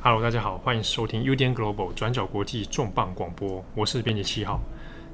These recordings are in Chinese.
Hello，大家好，欢迎收听 UDN Global 转角国际重磅广播，我是编辑七号。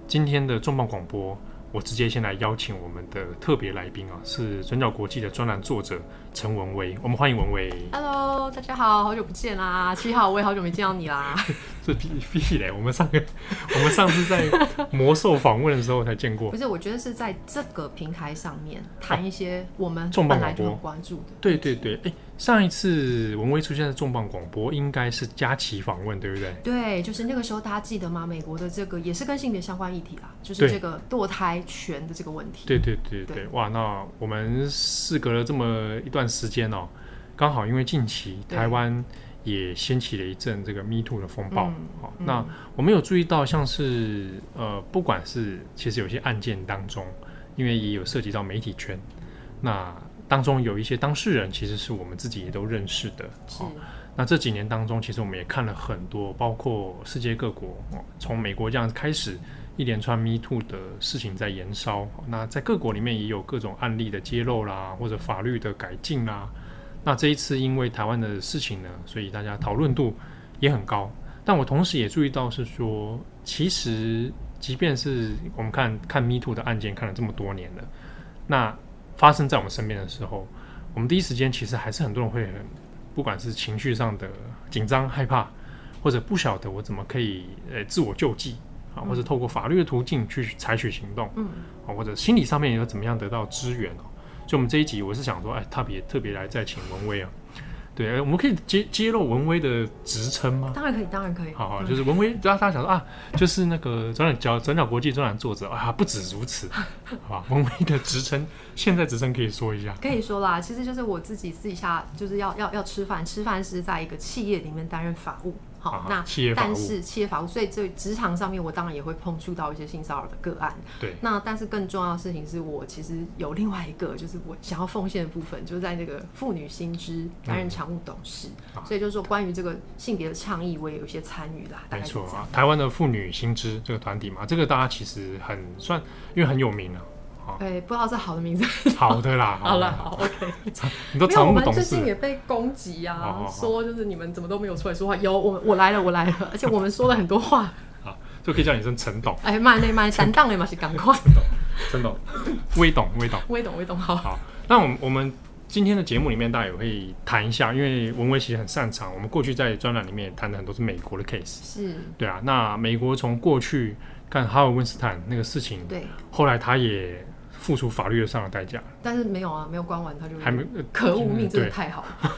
今天的重磅广播，我直接先来邀请我们的特别来宾啊，是转角国际的专栏作者陈文威，我们欢迎文威。 Hello，大家好，好久不见啦！七号，我也好久没见到你啦。这屁屁嘞，我们上个 我们上次在魔兽访问的时候才见过不。是，我觉得是在这个平台上面谈一些我们重磅本哦广来就很播关注的。对对对，哎，上一次文威出现在重磅广播应该是佳琪访问，对不对？对，就是那个时候，大家记得吗？美国的这个也是跟性别相关议题啦，就是对这个堕胎权的这个问题。对对对对，对哇，那我们事隔了这么一段时间哦，刚好因为近期对台湾也掀起了一阵这个 Me Too 的风暴，嗯好、嗯那我们有注意到，像是呃，不管是其实有些案件当中，因为也有涉及到媒体圈，那当中有一些当事人其实是我们自己也都认识的，是哦，那这几年当中，其实我们也看了很多，包括世界各国，哦从美国这样开始，一连串 Me Too 的事情在延烧。哦那在各国里面也有各种案例的揭露啦，或者法律的改进啊啦。那这一次因为台湾的事情呢，所以大家讨论度也很高。但我同时也注意到是说，其实即便是我们看看 Me Too 的案件看了这么多年了，那发生在我们身边的时候，我们第一时间其实还是很多人会很不管是情绪上的紧张、害怕，或者不晓得我怎么可以呃自我救济啊，或者透过法律的途径去采取行动嗯，啊，或者心理上面有怎么样得到支援哦。所以，我们这一集我是想说，哎，特别特别来再请文威啊，对，呃我们可以揭揭露文威的职称吗？当然可以，当然可以。好好，嗯就是文威，大家大家想说啊，就是那个转角角转角国际专栏作者啊，不止如此，好吧，文威的职称，现在职称可以说一下，可以说啦，其实就是我自己私底下就是要要要吃饭，吃饭是在一个企业里面担任法务。好，啊那企业法务但是企业法务，所以这职场上面我当然也会碰触到一些性骚扰的个案。对，那但是更重要的事情是我其实有另外一个，就是我想要奉献的部分，就是在那个妇女新知嗯担任常务董事，啊所以就是说关于这个性别的倡议，我也有一些参与啦，大没概是这错啊样。，台湾的妇女新知这个团体嘛，这个大家其实很算，因为很有名了、啊。对，不知道是好的名字。好的啦， 好的了，啦好，OK。 你都没有，常我务们董最近事，也被攻击好好啊，好说就是你们怎么都没有出来说话。有，我我来了，我来了，而且我们说了很多话。就可以叫你一声陈董，哎，慢嘞，慢嘞，散档嘞嘛是赶快。陈董，微董，微董。微懂，微懂，好。好，那我们我们今天的节目里面，大家也会谈一下，因为文威其实很擅长，我们过去在专栏里面也谈的很多是美国的 case，是，对啊，那美国从过去看哈尔温斯坦那个事情，对，后来他也付出法律上的代价，但是没有啊，没有关完他就还没呃可恶命真的对，太好了。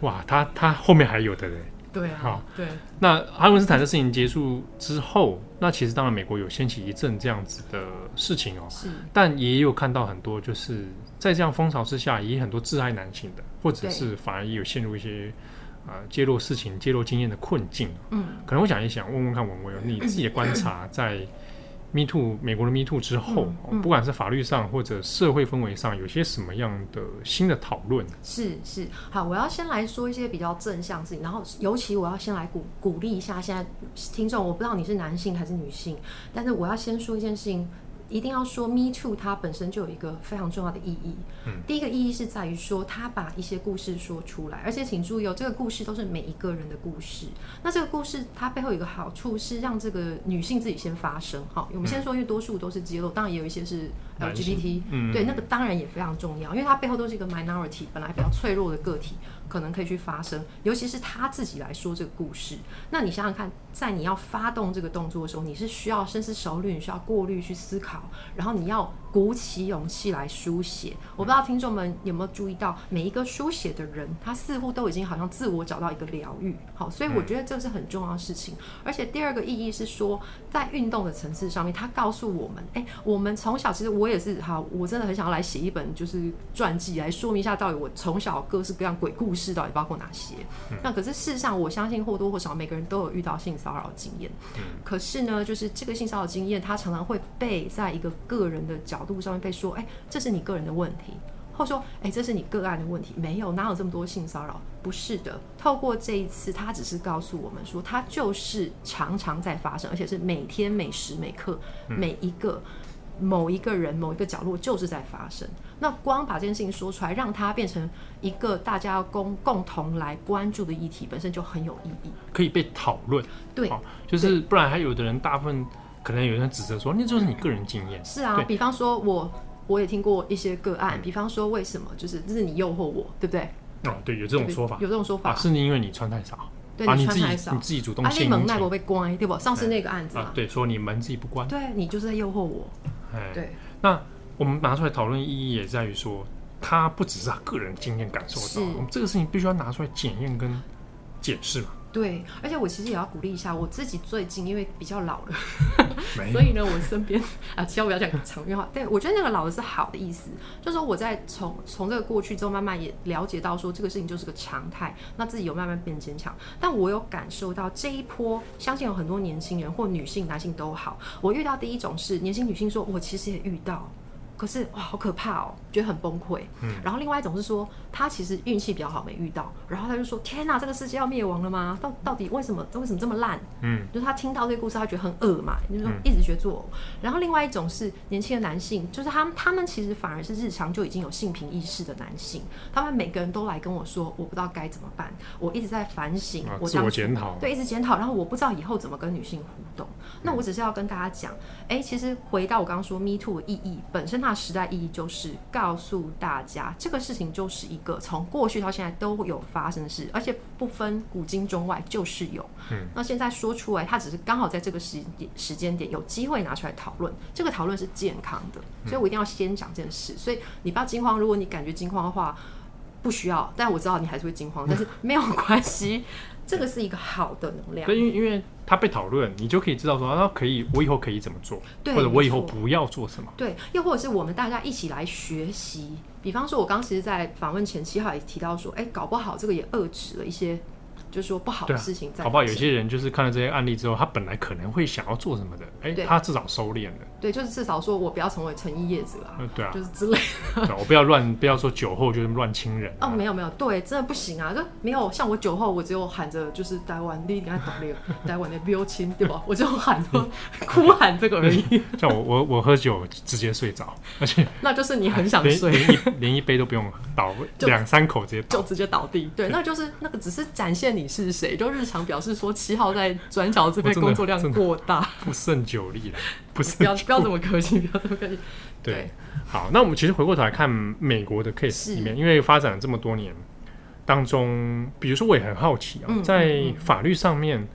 哇，他他后面还有的嘞。对好啊，对。那哈文斯坦的事情结束之后，那其实当然美国有掀起一阵这样子的事情哦，是，但也有看到很多就是在这样风潮之下，也有很多挚爱男性的，或者对是反而也有陷入一些呃揭露事情、揭露经验的困境。嗯，可能我想一想，问问看文文哦，你自己的观察，在 Me Too 美国的 Me Too 之后、嗯哦嗯不管是法律上或者社会氛围上，有些什么样的新的讨论？是是。好，我要先来说一些比较正向的事情，然后尤其我要先来鼓鼓励一下现在听众，我不知道你是男性还是女性，但是我要先说一件事情。一定要说，Me Too 它本身就有一个非常重要的意义。嗯第一个意义是在于说，它把一些故事说出来，而且请注意哦，这个故事都是每一个人的故事。那这个故事它背后有一个好处是让这个女性自己先发声。哈，我们先说，因为多数都是揭露，当然也有一些是嗯呃男性 LGBT，嗯对，那个当然也非常重要，因为它背后都是一个 minority，本来比较脆弱的个体，可能可以去发声，尤其是他自己来说这个故事。那你想想看，在你要发动这个动作的时候，你是需要深思熟虑，你需要过滤去思考，然后你要鼓起勇气来书写。我不知道听众们有没有注意到，每一个书写的人，他似乎都已经好像自我找到一个疗愈。好，所以我觉得这是很重要的事情。而且第二个意义是说，在运动的层次上面，他告诉我们，哎、我们从小其实我也是哈，我真的很想要来写一本就是传记，来说明一下到底我从小各式各样鬼故事到底包括哪些。那可是事实上，我相信或多或少每个人都有遇到性骚扰经验。可是呢，就是这个性骚扰经验，它常常会被在一个个人的角度上面被说，哎、这是你个人的问题。或者说，哎、这是你个案的问题，没有哪有这么多性骚扰？不是的，透过这一次，他只是告诉我们说，它嗯就是常常在发生，而且是每天每时每刻、每一个某一个人、某一个角落就是在发生。那光把这件事情说出来，让它变成一个大家要共共同来关注的议题，本身就很有意义。可以被讨论。对，哦，就是不然还有的人大部分可能有人指责说，那就是你个人经验。是啊对，嗯比方说我我也听过一些个案，比方说为什么就是这是你诱惑我，对不对？哦，对，有这种说法有这种说法，啊，是因为你穿太少，对啊，你你穿自太己少你，自己主动啊，献你门殷奈我勤被关，对不？上次那个案子啊嘛，，对，说你门自己不关，哎啊对你就是在诱惑我，哎，对，那我们拿出来讨论意义也在于说，他不只是他个人经验感受是到，我们这个事情必须要拿出来检验跟解释嘛。对，而且我其实也要鼓励一下我自己，最近因为比较老了，没所以呢，我身边啊，千万不要讲长远话。对我觉得那个老的是好的意思，就是说我在从从这个过去之后，慢慢也了解到说这个事情就是个常态，那自己有慢慢变坚强。但我有感受到这一波，相信有很多年轻人或女性、男性都好，我遇到第一种是年轻女性说，我其实也遇到。可是哇，好可怕哦，觉得很崩溃。嗯，然后另外一种是说，她其实运气比较好，没遇到。然后她就说：“天哪，这个世界要灭亡了吗？到到底为什么为什么这么烂？”嗯，就是他听到这个故事，他觉得很恶嘛，就是说一直觉得作呕。然后另外一种是年轻的男性，就是他们他们其实反而是日常就已经有性平意识的男性，他们每个人都来跟我说，我不知道该怎么办，我一直在反省，啊我自当我初检讨，对，一直检讨，然后我不知道以后怎么跟女性互动。那我只是要跟大家讲，哎、其实回到我刚刚说 Me Too 的意义，本身它的时代意义就是告诉大家，这个事情就是一个从过去到现在都有发生的事，而且不分古今中外，就是有。嗯，那现在说出来，它只是刚好在这个时点时间点有机会拿出来讨论，这个讨论是健康的，嗯所以我一定要先讲这件事。所以你不要惊慌，如果你感觉惊慌的话。不需要，但我知道你还是会惊慌，但是没有关系，这个是一个好的能量对，。因为因为他被讨论，你就可以知道说，啊，可以，我以后可以怎么做，对或者我以后没错不要做什么。对，又或者是我们大家一起来学习。比方说，我刚其实，在访问前七号也提到说，哎，搞不好这个也遏制了一些，就是说不好对的啊事情在发生。搞不好有些人就是看了这些案例之后，他本来可能会想要做什么的，哎、对他至少收敛了。对，就是至少说我不要成为成衣业者啊，呃对啊就是之类的。对啊，我不要乱，不要说酒后就是乱亲人、 哦，啊。没有没有，对，真的不行啊，就没有像我酒后，我只有喊着就是台湾你你爱懂 的，台湾的标亲对吧？我就喊说 哭喊这个而 已，像我我我喝酒直接睡着，而且那就是你很想连睡。连一 连一杯都不用倒，就两三口直接就倒。直接倒地，对，那就是那个只是展现你是谁，就日常表示说七号在转角这边我哦真的工作量真的过大， 不胜酒力了，不不胜要不要这么客气，不要这么客气。对，好，那我们其实回过头来看美国的 case 是里面，因为发展了这么多年当中，比如说我也很好奇啊，嗯在法律上面，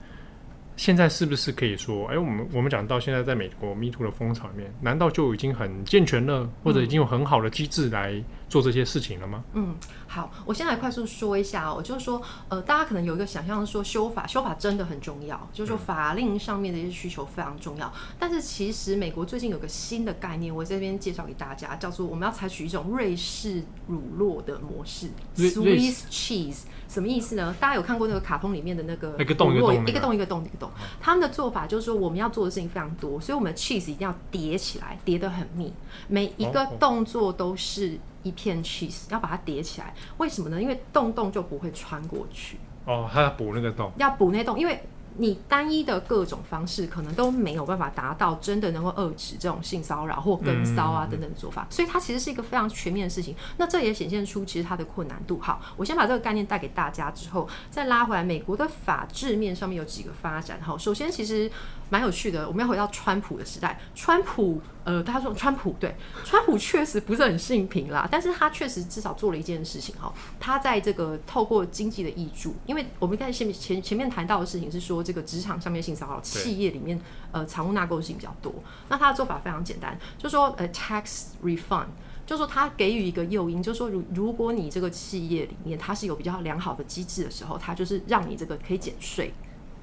现在是不是可以说，哎，我们我们讲到现在在美国 Me Too 的风潮里面，难道就已经很健全了，或者已经有很好的机制来做这些事情了吗？嗯，好，我先来快速说一下哦，就是说，呃，大家可能有一个想象说修法，修法真的很重要，就嗯是说法令上面的一些需求非常重要。但是其实美国最近有个新的概念，我这边介绍给大家，叫做我们要采取一种瑞士乳酪的模式瑞瑞，Swiss cheese，什么意思呢？大家有看过那个卡通里面的那个一个洞一个乳酪洞那个一个洞一个洞一个洞，他们的做法就是说我们要做的事情非常多，所以我们的 cheese 一定要叠起来，叠得很密，每一个哦哦动作都是一片 cheese，要把它叠起来。为什么呢？因为洞洞就不会穿过去，哦，他补那个洞，要补那洞，因为。你单一的各种方式可能都没有办法达到真的能够遏制这种性骚扰或跟骚啊嗯等等的做法，所以它其实是一个非常全面的事情。那这也显现出其实它的困难度。好，我先把这个概念带给大家之后，再拉回来美国的法制面上面有几个发展。好，首先其实蛮有趣的，我们要回到川普的时代。川普，呃，他说川普对，川普确实不是很性平啦，但是他确实至少做了一件事情哈，他在这个透过经济的益助，因为我们刚才前面前前面谈到的事情是说这个职场上面性骚扰，企业里面呃财务纳购性比较多，那他的做法非常简单，就说呃 tax refund。就说他给予一个诱因，就说如如果你这个企业里面它是有比较良好的机制的时候，它就是让你这个可以减税，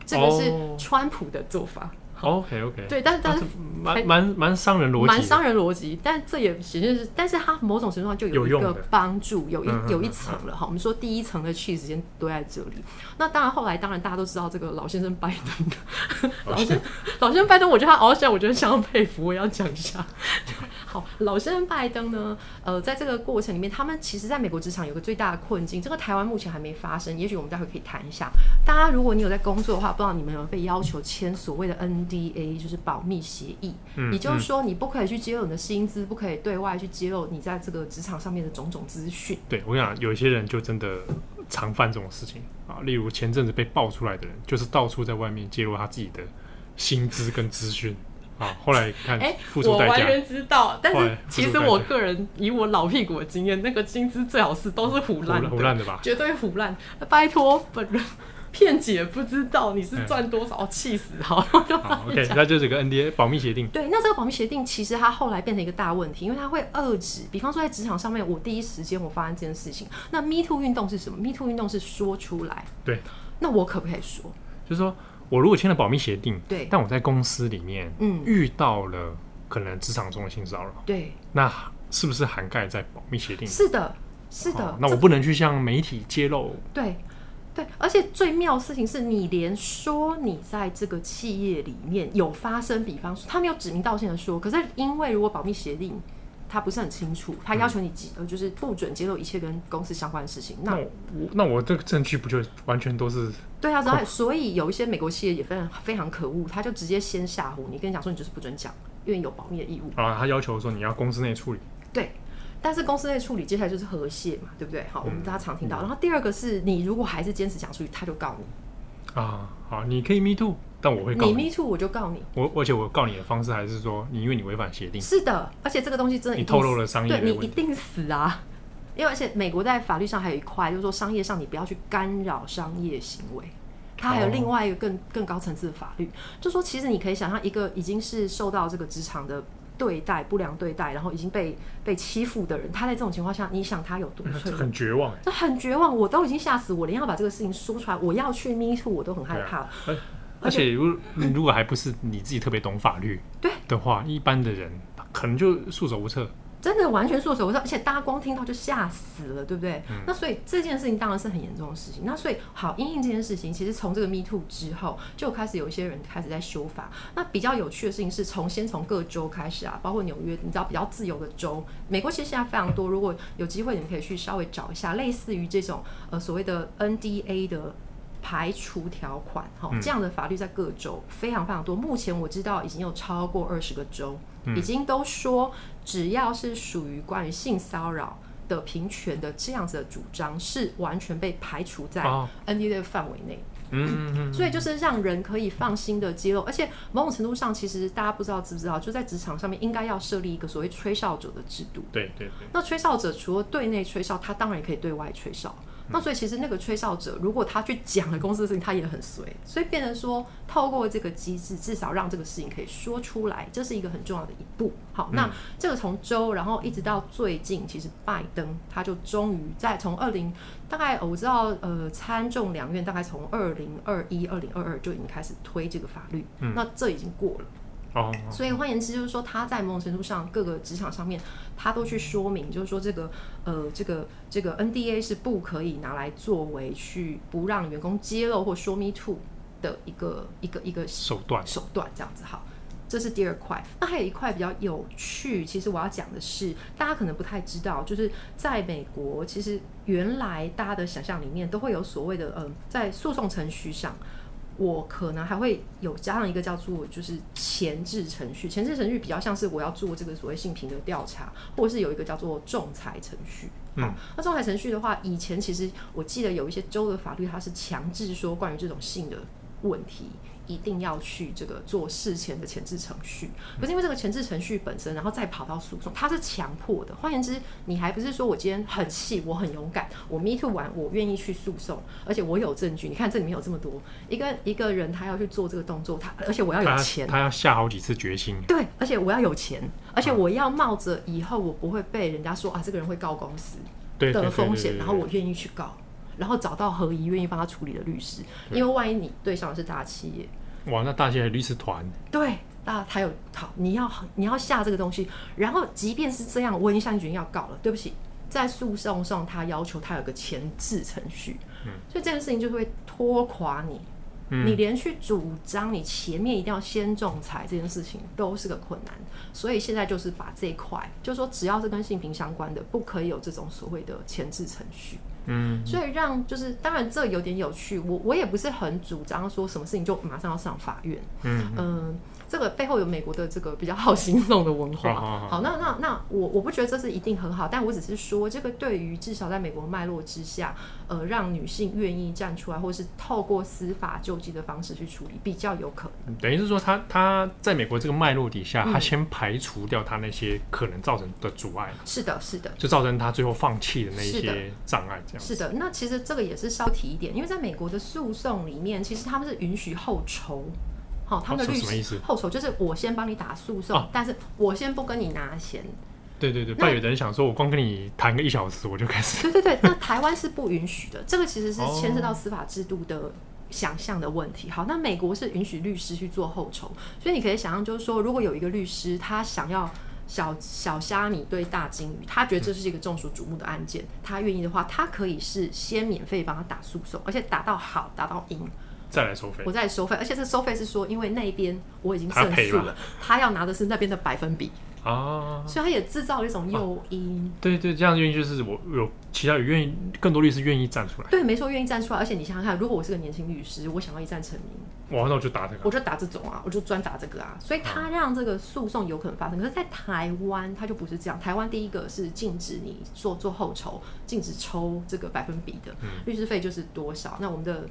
这个是哦川普的做法。 ，OK OK，，对，但但是蛮蛮蛮伤人逻蛮辑的，伤人逻辑，但这也显现是，但是它某种程度上就有一用个的帮助，有一嗯嗯有嗯一嗯层了哈。我们说第一层的 cheese 先堆在这里，那当然后来当然大家都知道这个老先生拜哦 登，老先老先生拜登，我觉得他翱翔，我觉得相当佩服，我也要讲一下。 好，老生拜登呢，呃，在这个过程里面，他们其实在美国职场有个最大的困境，这个台湾目前还没发生，也许我们待会可以谈一下。大家如果你有在工作的话，不知道你们有没有被要求签所谓的 NDA，就是保密协议，嗯也就是说你不可以去揭露你的薪资，不可以对外去揭露你在这个职场上面的种种资讯。对我跟你讲，有一些人就真的常犯这种事情啊，例如前阵子被爆出来的人，就是到处在外面揭露他自己的薪资跟资讯啊，后来看哎付我出代完价。全知道，但后是来付其出实代我价个人以我老屁股的经验，那个薪资最好是都是胡乱的，胡乱的吧？绝对胡乱。呃拜托，本人骗姐不知道你是赚多少，哦气、死好。嗯好，OK，那啊就是个 NDA 保密协定。 对，那这个保密协定其实它后来变成一个大问题，因为它会遏制，比方说在职场上面，我第一时间我发现这件事情，那 Me Too 运动是什么？Me Too 运动是说出来，对，那我可不可以说？就是说我如果签了保密协定，对但我在公司里面，嗯遇到了可能职场中的性骚扰，对，那是不是涵盖在保密协定？是的，是的，嗯哦那我不能去向媒体揭露。对对，而且最妙的事情是你连说你在这个企业里面有发生，比方说他没有指名道姓的说，可是因为如果保密协定。他不是很清楚，他要求你记，呃，就是不准揭露一切跟公司相关的事情。那那我那我这个证据不就完全都是对啊，然后所以有一些美国企业也非常非常可恶，他就直接先吓唬你，跟你讲说你就是不准讲，因为有保密的义务。啊？他要求说你要公司内处理，对，但是公司内处理接下来就是和谐嘛，对不对？好，我嗯们大家常听到。然后第二个是你如果还是坚持讲出去，他就告你，啊，好，你可以 me too，但我会告你你。 me too 我就告你。我而且我告你的方式还是说，你因为你违反协定，是的，而且这个东西真的你一定透露死了商业对的你一问题。定死啊！因为而且美国在法律上还有一块，就是说商业上你不要去干扰商业行为。它还有哦另外一个更更高层次的法律，就说其实你可以想象一个已经是受到这个职场的对待不良对待，然后已经被被欺负的人，他在这种情况下，你想他有多 脆弱？很绝望哎、那很绝望，我都已经吓死，我连要把这个事情说出来，我要去 me too 我都很害怕了。啊哎而而且如嗯如果还不是你自己特别懂法律对的话，一般的人可能就束手无策。真的完全束手无策，而且大家光听到就吓死了，对不对？那所以这件事情当然是很严重的事情。那所以好，因应这件事情，其实从这个 Me Too 之后，就开始有一些人开始在修法。那比较有趣的事情是从先从各州开始啊，包括纽约，你知道比较自由的州，美国其实现在非常多。如果有机会，你们可以去稍微找一下，类似于这种呃所谓的 NDA 的。排除条款，哈，嗯这样的法律在各州非常非常多。目前我知道已经有超过二十个州，嗯已经都说只要是属于关于性骚扰的平权的这样子的主张，是完全被排除在哦 NDA 的范围内。嗯，嗯嗯所以就是让人可以放心的揭露，而且某种程度上，其实大家不知道知不知道，就在职场上面应该要设立一个所谓吹哨者的制度。对对对，那吹哨者除了对内吹哨，他当然也可以对外吹哨。那所以其实那个吹哨者，如果他去讲了公司的事情，他也很随，所以变成说，透过这个机制，至少让这个事情可以说出来，这是一个很重要的一步。好，那这个从州，然后一直到最近，其实拜登他就终于在从二零大概呃我知道呃参众两院大概从二零二一、二零二二就已经开始推这个法律，那这已经过了。哦，所以换言之，就是说他在某种程度上各个职场上面，他都去说明，就是说这个呃这个这个 NDA 是不可以拿来作为去不让员工揭露或说 me too 的一个一个一个手段手段这样子好。这是第二块，那还有一块比较有趣。其实我要讲的是，大家可能不太知道，就是在美国，其实原来大家的想象里面都会有所谓的，嗯、在诉讼程序上，我可能还会有加上一个叫做就是前置程序。前置程序比较像是我要做这个所谓性平的调查，或者是有一个叫做仲裁程序。嗯好，那仲裁程序的话，以前其实我记得有一些州的法律，它是强制说关于这种性的问题。一定要去这个做事前的前置程序，可是因为这个前置程序本身，然后再跑到诉讼，它是强迫的。换言之，你还不是说我今天很气，我很勇敢，我 me too 完，我愿意去诉讼，而且我有证据。你看这里面有这么多，一个一个人他要去做这个动作，他而且我要他有钱，他要下好几次决心。对，而且我要有钱，而且我要冒着以后我不会被人家说啊，这个人会告公司，对对的对风对险，对然后我愿意去告，然后找到合宜愿意帮他处理的律师，因为万一你对象是大企业，哇，那大些律师团对，那还有好，你要你要下这个东西，然后即便是这样，我已经向你决定要告了，对不起，在诉讼嗯上他要求他有个前置程序，所以这件事情就会拖垮你。你连去主张你前面一定要先仲裁这件事情都是个困难，所以现在就是把这一块，就是说只要是跟性平相关的，不可以有这种所谓的前置程序。嗯，所以让就是，当然这有点有趣，我我也不是很主张说什么事情就马上要上法院。嗯嗯，这个背后有美国的这个比较 好行动的文化。好好好那那那我我不觉得这是一定很好，但我只是说，这个对于至少在美国脉络之下，呃，让女性愿意站出来，或是透过司法救济的方式去处理，比较有可能。等于是说他他在美国这个脉络底嗯下，他先排除掉他那些可能造成的阻碍，是的，是的。就造成他最后放弃的那是的些障碍，这样是的，那其实这个也是稍提一点，因为在美国的诉讼里面，其实他们是允许后酬，好、他们的后酬律哦什么意师思后酬就是我先帮你打诉讼，啊但是我先不跟你拿钱。对对对，那不然有的人想说，我光跟你谈个一小时，我就开始 对对对，那台湾是不允许的，这个其实是哦牵涉到司法制度的。想象的问题，好，那美国是允许律师去做后酬，所以你可以想象，就是说，如果有一个律师他想要小小虾米对大金鱼，他觉得这是一个众所瞩目的案件，他愿意的话，他可以是先免费帮他打诉讼，而且打到好，打到赢，再来收费我。再收费，而且这收费是说，因为那边我已经他胜赔诉了了，他要拿的是那边的百分比，啊，所以他也制造了一种诱因。对对，这样原因就是我有其他有愿意更多律师愿意站出来，对，没错，愿意站出来。而且你想想看，如果我是个年轻律师，我想要一战成名，哇，那我就打这个我就打这种啊，我就专打这个啊。所以他让这个诉讼有可能发生。可是，在台湾，他就不是这样。台湾第一个是禁止你做做后酬，禁止抽这个百分比的、律师费就是多少。那我们的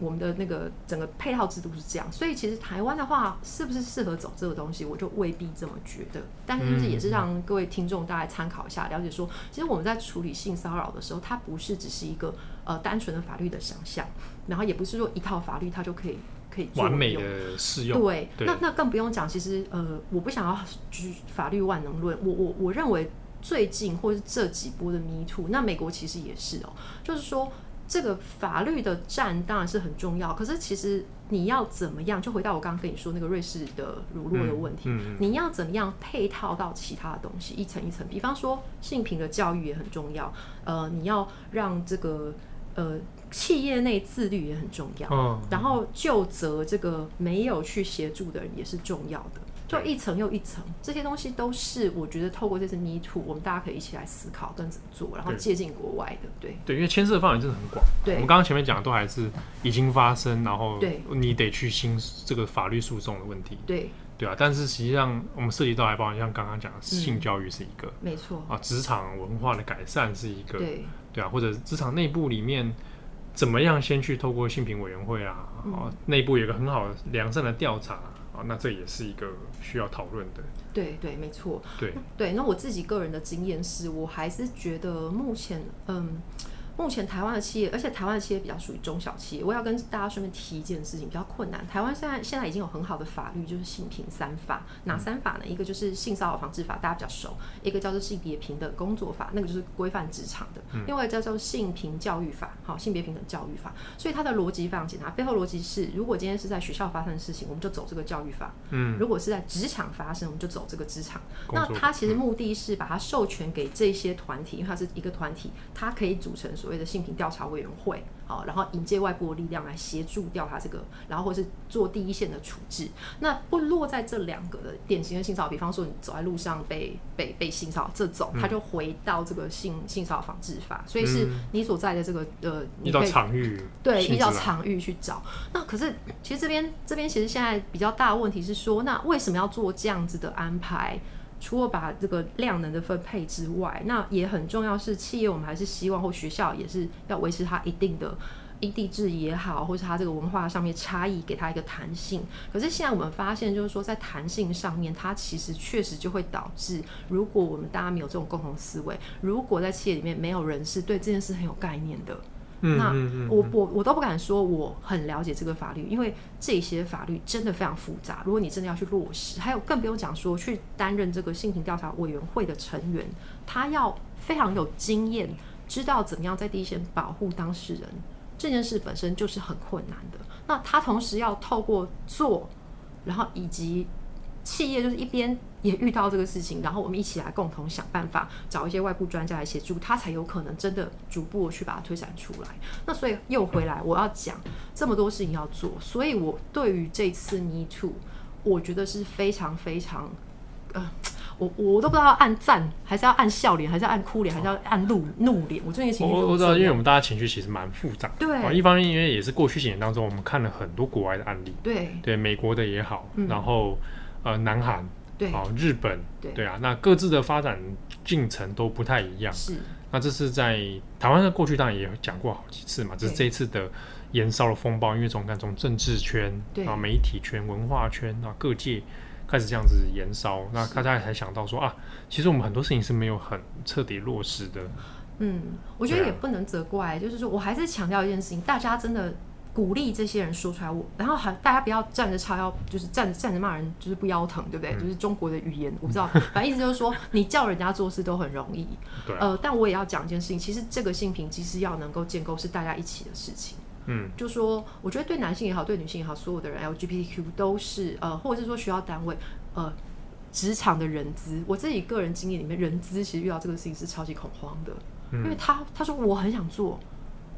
我们的那个整个配套制度是这样，所以其实台湾的话，是不是适合走这个东西，我就未必这么觉得。但是就是也是让各位听众大概参考一下，了解说，其实我们在处理性骚扰的时候，它不是只是一个呃单纯的法律的想象，然后也不是说一套法律它就可以可以作完美用的适用，对，对那那更不用讲。其实呃，我不想要举法律万能论，我我我认为最近或是这几波的 Me Too，那美国其实也是哦，就是说这个法律的战当然是很重要，可是其实你要怎么样，就回到我刚刚跟你说那个瑞士的乳酪的问题，嗯嗯你要怎么样配套到其他的东西，一层一层。比方说性平的教育也很重要，呃，你要让这个呃企业内自律也很重要。嗯，然后就责这个没有去协助的人也是重要的，就对一层又一层，这些东西都是我觉得透过这次 Me Too，我们大家可以一起来思考跟怎么做，然后对借鉴国外的，对对，因为牵涉的范围真的很广。对我们刚刚前面讲的都还是已经发生，然后对你得去新这个法律诉讼的问题，对，对啊。但是实际上我们涉及到还包含像刚刚讲的嗯性教育是一个、没错，啊，职场文化的改善是一个，对对啊，或者职场内部里面怎么样先去透过性评委员会啊，嗯哦、内部有一个很好的良善的调查啊，那这也是一个需要讨论的，对对，没错。对，对，那我自己个人的经验是，我还是觉得目前，嗯，目前台湾的企业，而且台湾的企业比较属于中小企业。我要跟大家顺便提一件事情，比较困难。台湾现在现在已经有很好的法律，就是性平三法，哪三法呢？一个就是性骚扰防治法，大家比较熟；一个叫做性别平等工作法，那个就是规范职场的；另外一个叫做性平教育法，好，性别平等教育法。所以它的逻辑非常简单，背后逻辑是，如果今天是在学校发生的事情，我们就走这个教育法；嗯，如果是在职场发生，我们就走这个职场。工那作嗯它其实目的是把它授权给这些团体，因为它是一个团体，它可以组成所谓的性平调查委员会，好、然后引介外部的力量来协助调查这个，然后或是做第一线的处置。那不落在这两个的典型的性骚扰，比方说你走在路上被被被性骚扰这嗯种，它就回到这个性性骚扰防治法，所以是你所在的这个呃，依 你照可以场域对，性依质照来场域去找。那可是，其实这边这边其实现在比较大的问题是说，那为什么要做这样子的安排？除了把这个量能的分配之外，那也很重要是企业，我们还是希望或学校也是要维持它一定的因地制也好，或是它这个文化上面差异，给它一个弹性。可是现在我们发现，就是说在弹性上面，它其实确实就会导致，如果我们大家没有这种共同思维，如果在企业里面没有人是对这件事很有概念的，嗯那嗯嗯我我我都不敢说我很了解这个法律，因为这些法律真的非常复杂。如果你真的要去落实，还有更不用讲说去担任这个性情调查委员会的成员，他要非常有经验，知道怎么样在第一线保护当事人。这件事本身就是很困难的。那他同时要透过做，然后以及企业就是一边也遇到这个事情，然后我们一起来共同想办法，找一些外部专家来协助，他才有可能真的逐步地去把它推展出来。那所以又回来，我要讲这么多事情要做，所以我对于这次 Me Too，我觉得是非常非常，呃，我我都不知道要按赞，还是要按笑脸，还是要按哭脸，还是要按怒怒脸。我最近情绪我都我知这道，因为样我们大家情绪其实蛮复杂的。对哦一方面因为也是过去几年当中，我们看了很多国外的案例，对对美国的也好，嗯然后呃南韩，对哦日本，对对啊，那各自的发展进程都不太一样。是那这是在台湾的过去当然也有讲过好几次嘛，只是对这一次的延烧的风暴，因为从看从政治圈对啊、媒体圈、文化圈啊各界开始这样子延烧，那是大家才想到说啊，其实我们很多事情是没有很彻底落实的。嗯，我觉得对啊也不能责怪，就是说我还是强调一件事情，大家真的鼓励这些人说出来，我然后还大家不要站着叉腰，就是站站着骂人，就是不腰疼，对嗯不对？就是中国的语言，我不 知道，反正意思就是说，你叫人家做事都很容易，对啊、呃，但我也要讲一件事情，其实这个性平其实要能够建构是大家一起的事情。嗯，就说我觉得对男性也好，对女性也好，所有的人 LGBTQ 都是呃，或者是说学校单位呃。职场的人资，我自己个人经验里面，人资其实遇到这个事情是超级恐慌的，嗯因为他他说我很想做，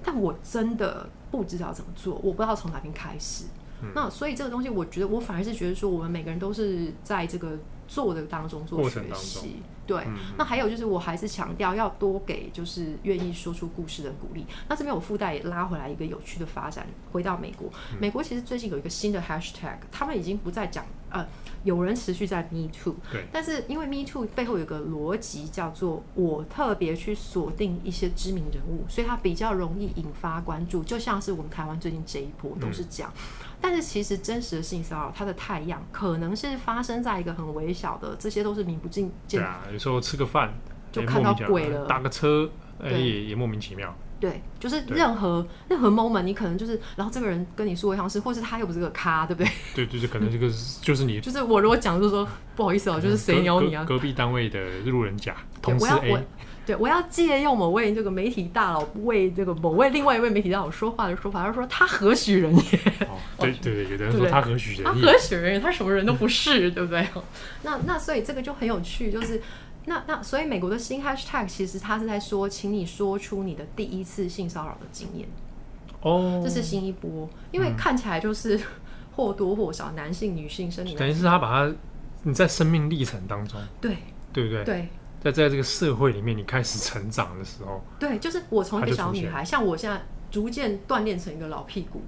但我真的不知道怎么做，我不知道从哪边开始。嗯那所以这个东西，我觉得我反而是觉得说，我们每个人都是在这个做的当中做过学程当中嗯习，对。那还有就是，我还是强调要多给就是愿意说出故事的鼓励。那这边我附带也拉回来一个有趣的发展，回到美国，嗯美国其实最近有一个新的 hashtag，他们已经不再讲呃，有人持续在 Me Too，对但是因为 Me Too 背后有个逻辑叫做我特别去锁定一些知名人物，所以它比较容易引发关注，就像是我们台湾最近这一波都是这样。嗯但是其实真实的性骚扰，它的太阳可能是发生在一个很微小的，这些都是名不见见对啊，有时候吃个饭就哎莫看名到其妙鬼了打个车哎对也也莫名其妙。对，就是对任何任何 moment，你可能就是，然后这个人跟你说一样是，或是他又不是个咖，对不对？ 对对对，可能这个是就是你就是我如果讲就是说不好意思哦、嗯 嗯就是谁鸟你啊，隔隔隔壁单位的路人甲对同我事要我 A，对我要借用某位这个媒体大佬为这个某位另外一位媒体大佬说话的说法，他说他何许人 也？哦，对对对，有的人对说他何许他人也何，许人也？他什么人都不是， 对不对？那那所以这个就很有趣，就是那那所以美国的新 hashtag 其实他是在说，请你说出你的第一次性骚扰的经验。嗯哦，这是新一波，因为看起来就是或多或少男性、女性生理男等于是他把他你在生命历程当中，对对不对？对在在这个社会里面，你开始成长的时候，对，就是我从一它个就小出女现孩，像我现在逐渐锻炼成一个老屁股，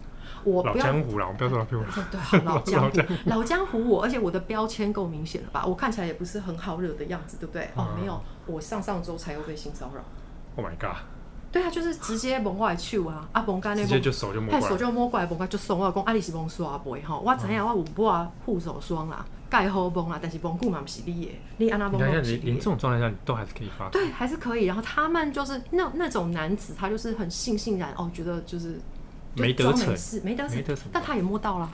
我老不要江湖啦，我们不要说老江湖，对，好老 江老湖江，老江湖我，而且我的标签够明显了吧？我看起来也不是很好惹的样子，对不对？哦，嗯没有，我上上周才又被性骚扰。 ，Oh my god，对啊，就是直接蒙外去啊，啊蒙干那直接就手就摸嘿，过手来，嗯就摸过来，摸过来就松我讲，啊你是蒙刷杯吼，我知影我有抹护手霜啦，盖好蒙啦，但是蒙久嘛不是你的，你安那你蒙看一下，都不你是连你这的。种状态下，你都还是可以发，对，还是可以。然后他们就是那那种男子，他就是很悻悻然哦，觉得就是就没得装逞事，没得逞没得逞，但他也摸到了。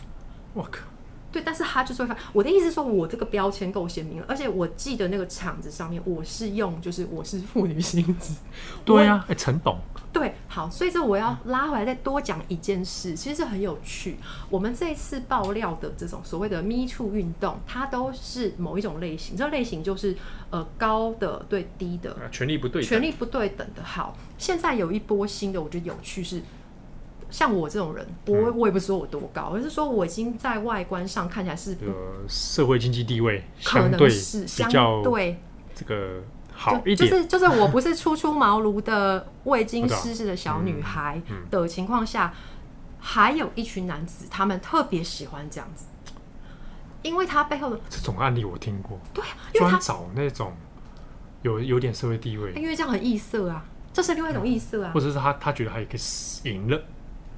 我靠，对，但是他就是会发。我的意思是说，我这个标签够鲜明了，而且我记得那个场子上面，我是用就是我是妇女心质。对啊，哎，陈董，对，好，所以这我要拉回来再多讲一件事，其实很有趣。我们这一次爆料的这种所谓的 Me Too 运动，它都是某一种类型，这类型就是呃高的对低的，呃权力不对等，权力不对等的。好，现在有一波新的，我觉得有趣是，像我这种人，我我也不是说我多高，而是说我已经在外观上看起来是这个社会经济地位可相对能是比相较对这个好就一点就，是就是我不是初出茅庐的未经我懂世事的小嗯女孩的情况下，还有一群男子，他们特别喜欢这样子，因为他背后的这种案例我听过，对啊，因为专他找那种有有点社会地位，因为这样很异色啊，这是另外一嗯种异色啊或。者是他他觉得他有一个赢了，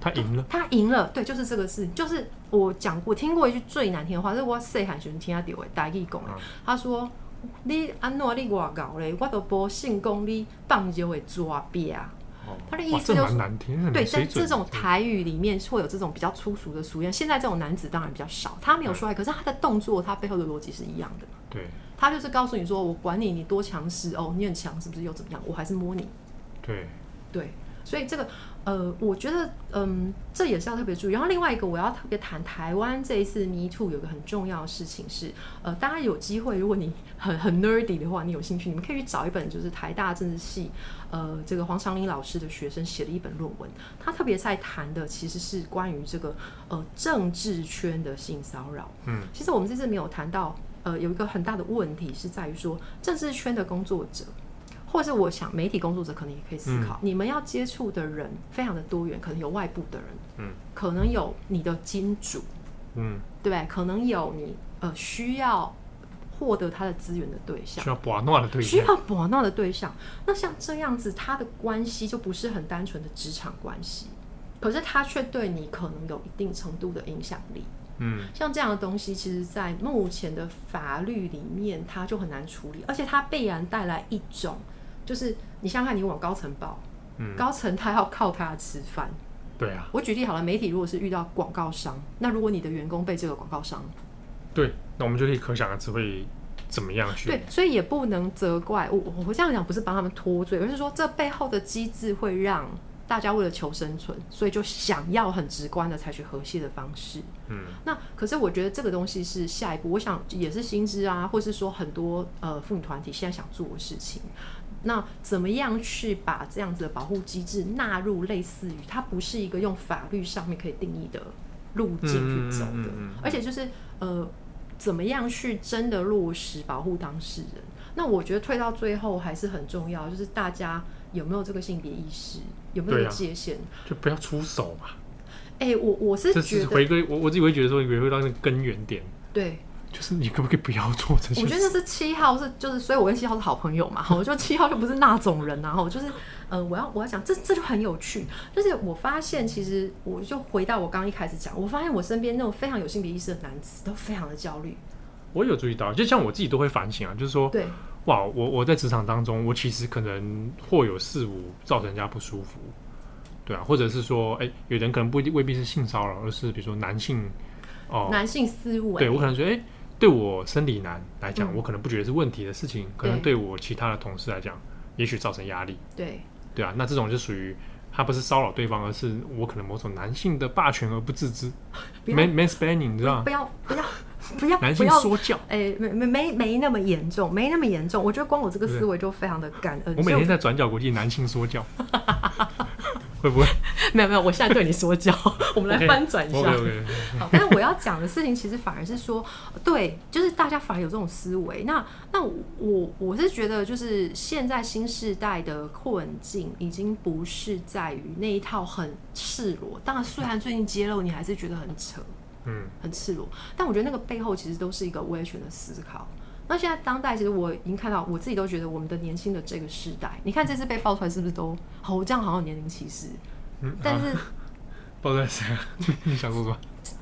他赢了，他赢了，对，就是这个事，就是我讲过，听过一句最难听的话，就是我细汉时阵听阿丢诶，大义讲诶嗯，他说：“你安怎你外高咧，我都无信讲你放尿会抓鳖啊。”哦他的意哇，思这就是蛮难听，这对，没在嗯水准这种台语里面会有这种比较粗俗的俗谚。现在这种男子当然比较少，他没有嗯出来，可是他的动作，他背后的逻辑是一样的。对他就是告诉你说，我管你你多强势哦，你很强是不是又怎么样？我还是摸你。对，对，所以这个呃，我觉得嗯，这也是要特别注意。然后另外一个我要特别谈台湾这一次 Me Too 有个很重要的事情是，呃，大家有机会，如果你很很 nerdy 的话，你有兴趣，你们可以去找一本就是台大政治系呃这个黄长林老师的学生写的一本论文，他特别在谈的其实是关于这个呃政治圈的性骚扰。嗯，其实我们这次没有谈到，呃，有一个很大的问题是在于说政治圈的工作者。或者我想，媒体工作者可能也可以思嗯考，你们要接触的人非常的多元，可能有外部的人，嗯，可能有你的金主，嗯，对不对？可能有你呃需要获得他的资源的对象需，要把诺的对需象，要博闹的对象。那像这样子，他的关系就不是很单纯的职场关系，可是他却对你可能有一定程度的影响力。嗯像这样的东西，其实在目前的法律里面，它就很难处理，而且它必然带来一种，就是你想想看，你往高层报，嗯，高层他要靠它吃饭。对啊，我举例好了，媒体如果是遇到广告商，那如果你的员工被这个广告商对，那我们就可以可想而知会怎么样去，对，所以也不能责怪我。我我这样讲不是帮他们脱罪，而是说这背后的机制会让大家为了求生存，所以就想要很直观的采取和谐的方式。嗯那可是我觉得这个东西是下一步，我想也是薪资啊，或是说很多呃妇女团体现在想做的事情。那怎么样去把这样子的保护机制纳入类似于它不是一个用法律上面可以定义的路径去走的，嗯嗯嗯嗯嗯而且就是呃，怎么样去真的落实保护当事人？那我觉得退到最后还是很重要，就是大家有没有这个性别意识，有没有这对个啊界限？就不要出手嘛。哎、我我是这觉是得回归我我自己会觉得说回归到那个根源点，对，就是你可不可以不要做这些事？我觉得那是七号是就是，所以我跟七号是好朋友嘛。 我就七号就不是那种人啊，我就是呃，我要我要讲这这就很有趣，就是我发现其实我就回到我刚一开始讲，我发现我身边那种非常有性别意识的男子都非常的焦虑，我有注意到，就像我自己都会反省啊，就是说，对哇，我我在职场当中，我其实可能或有事无造成人家不舒服，对啊，或者是说，哎、有人可能不一定未必是性骚扰，而是比如说男性哦、男性思维，对我可能觉得，哎、对我生理男来讲，嗯我可能不觉得是问题的事情，可能对对我其他的同事来讲，也许造成压力，对对啊，那这种就属于他不是骚扰对方，而是我可能某种男性的霸权而不自知 不要，man man spanning，你知道吗不？要不 要不要男不性要。说教。哎、没没没没那么严重，没那么严重。我觉得光我这个思维就非常的感恩。我每所以天在转角国际男性 说教，会不会？没有没有，我现在对你说 教，我们来翻转一下。 OK OK，好，但我要讲的事情其实反而是说，对，就是大家反而有这种思维。那那我我是觉得，就是现在新时代的困境已经不是在于那一套很赤裸，当然虽然最近揭露，你还是觉得很扯。嗯，很赤裸。但我觉得那个背后其实都是一个威权的思考。那现在当代，其实我已经看到，我自己都觉得我们的年轻的这个时代，你看这次被爆出来是不是都好？我这样好像有年龄歧视，嗯但啊是抱歉 谁啊？你想说什么？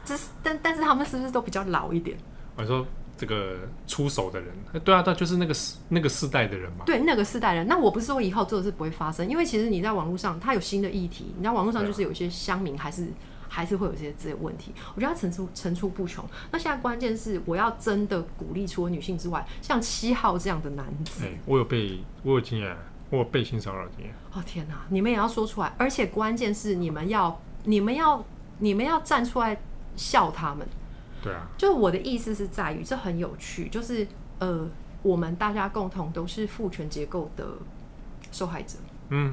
这是但但是他们是不是都比较老一点？我说这个出手的人，呃对啊，他就是那个世那个世代的人嘛。对那个世代人，那我不是说以后这个事不会发生，因为其实你在网络上，它有新的议题，你在网络上对啊就是有一些乡民还是。还是会有一些这些问题，我觉得它层出层出不穷。那现在关键是，我要真的鼓励除了女性之外，像七号这样的男子哎、，我有被我有经验啊，我有被性骚扰经验。哦天哪，你们也要说出来，而且关键是你们要，你们要，你们要站出来笑他们。对啊，就我的意思是在于，这很有趣，就是呃，我们大家共同都是父权结构的受害者，嗯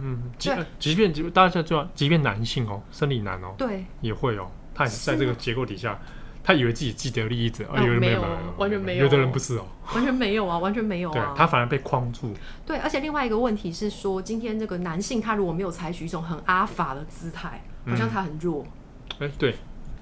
嗯嗯，即对即便即大家知道，即便男性哦，生理男哦，对，也会哦，他也是在是这个吗结构底下，他以为自己既得利益者，啊哦有人没没有有，完全没有有的人不是哦，完全没有啊，完全没有对啊，他反而被框住。对，而且另外一个问题是说，今天这个男性他如果没有采取一种很阿法的姿态，好像嗯他很弱，哎、对，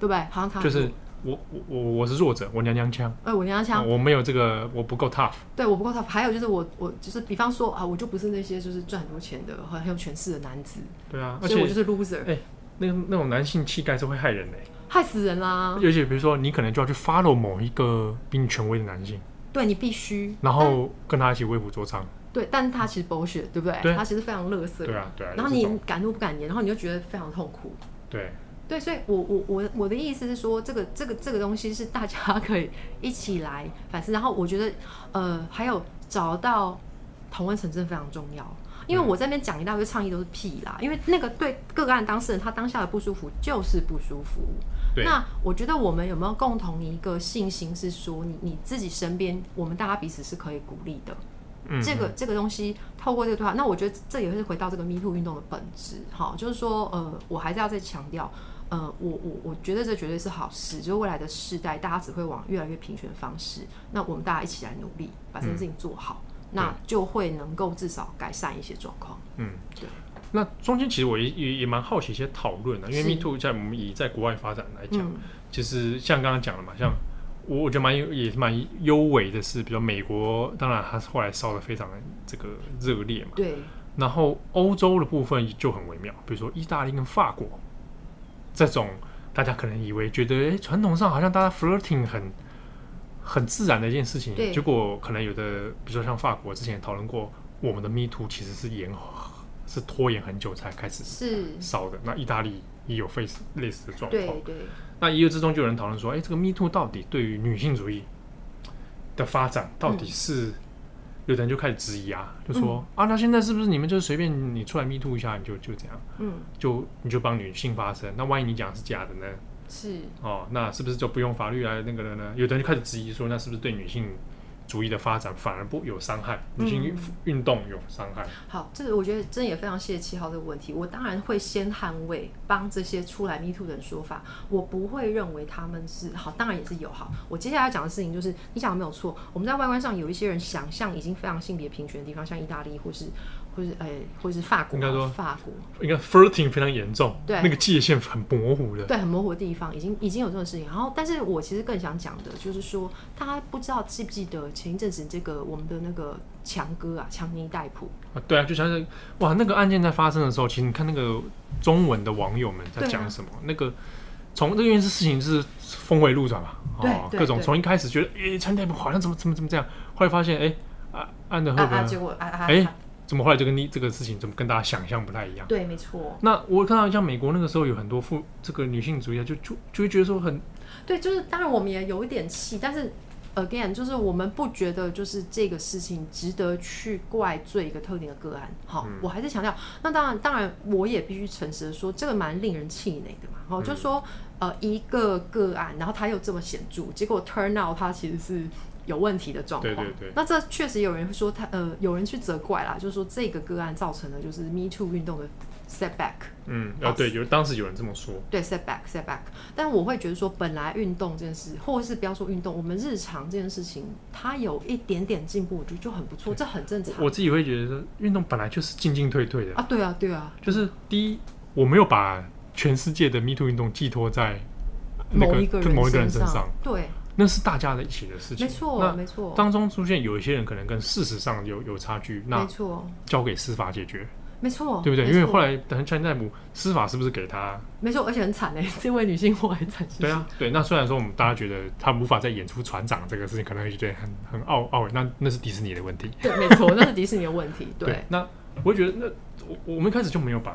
对不对？好像他很就是嗯弱。我我我我是弱者，我娘娘腔。啊哎、我跟他讲，我没有这个，我不够 tough。对，我不够 tough。还有就是我，我就是比方说啊，我就不是那些就是赚很多钱的、很很有权势的男子，对啊，而所以且我就是 loser，那个那种男性气概是会害人的、害死人啦！尤其比如说，你可能就要去 follow 某一个比你权威的男性，对你必须，然嗯后跟他一起为虎作伥。对，但他其实 bullshit，对不对？对他其实非常乐色。对啊，对啊。然有后这你种敢怒不敢言，然后你就觉得非常痛苦。对，对，所以我我我我的意思是说，这个这个这个东西是大家 可以一起来反思。然后我觉得，呃，还有找到同温层真的非常重要，因为我这边讲一大堆倡议都是屁啦，因为那个对个案当事人他当下的不舒服就是不舒服。对那我觉得我们有没有共同一个信心是说你，你自己身边我们大家彼此是可以鼓励的。嗯这个这个东西透过这个对话，那我觉得这也是回到这个 Me Too 运动的本质，哈，就是说，呃，我还是要再强调，呃，我我我觉得这绝对是好事，就是未来的世代大家只会往越来越平权的方式，那我们大家一起来努力把这件事情做好，那就会能够至少改善一些状况。嗯，对。那中间其实我也也也蛮好奇一些讨论的，因为是 Me Too 在我们以在国外发展来讲，嗯，就是像刚刚讲的嘛，像我我觉得蛮有也是蛮优美的是，比如美国，当然它后来烧的非常这个热烈嘛，对，然后欧洲的部分就很微妙，比如说意大利跟法国这种，大家可能以为觉得，诶，传统上好像大家 flirting 很很自然的一件事情，对结果可能有的，比如说像法国之前也讨论过，我们的 Me Too 其实是延是拖延很久才开始是，烧的，那意大利也有 face 类似的状况对，对，那一夜之中就有人讨论说，哎，这个 Me Too 到底对于女性主义的发展到底是，有的人就开始质疑啊，就说、啊，那现在是不是你们就是随便你出来 Me Too 一下，你就就这样，嗯，就你就帮女性发声？那万一你讲的是假的呢？是，哦，那是不是就不用法律啊来那个了呢？有的人就开始质疑说，那是不是对女性主义的发展反而不有伤害，女性运运动有伤害？好，这个我觉得真的也非常谢谢七号这个问题。我当然会先捍卫帮这些出来 Me Too 的人说法，我不会认为他们是好，当然也是有好。我接下来要讲的事情就是，你讲的没有错，我们在外观上有一些人想象已经非常性别平权的地方，像意大利或是或是哎、或是法国应啊，该说法国应该 flirting 非常严重，对那个界限很模糊的，对很模糊的地方，已经已经有这种事情。然后，但是我其实更想讲的就是说，大家不知道记不记得前一阵子这个我们的那个强哥啊，强尼戴普，啊，对啊，就像是哇，那个案件在发生的时候，其实你看那个中文的网友们在对啊讲什么，那个从这件事情是峰回路转嘛，对哦，对各种对从一开始觉得诶，川代部好像怎么怎么怎么这样，后来发现哎，啊，按的赫啊伯、啊，结果啊啊，哎啊怎么后来就跟你这个事情怎么跟大家想象不太一样？对，没错。那我看到像美国那个时候有很多妇这个女性主义啊，就就就会觉得说很对，就是当然我们也有一点气，但是 again 就是我们不觉得就是这个事情值得去怪罪一个特定的个案。好，嗯我还是强调，那当然当然我也必须诚实的说，这个蛮令人气馁的嘛。好，嗯就说呃一个个案，然后他又这么显著，结果 turn out 他其实是。有问题的状况，对对对那这确实有人会说他呃，有人去责怪啦，就是说这个个案造成的就是 Me Too 运动的 setback，嗯啊，对，有当时有人这么说，对 setback setback，但我会觉得说，本来运动这件事，或者是不要说运动，我们日常这件事情，它有一点点进步，我觉得就很不错，这很正常我我自己会觉得说运动本来就是进进退退的，啊。对啊，对啊，就是第一，我没有把全世界的 Me Too 运动寄托在那某一个就某一个人身身上，对，那是大家的一起的事情。没错，那没错，当中出现有一些人可能跟事实上有有差距，没那错，交给司法解决，没错，对不对？没因为错后来等川代姆司法是不是给他？没错，而且很惨哎， 这位女性我还惨，对，啊，对。那虽然说我们大家觉得他无法再演出船长这个事情，可能会觉得很很懊懊悔，那那是迪士尼的问题。对，没错，那是迪士尼的问 题，对，那我会觉得那我我们一开始就没有把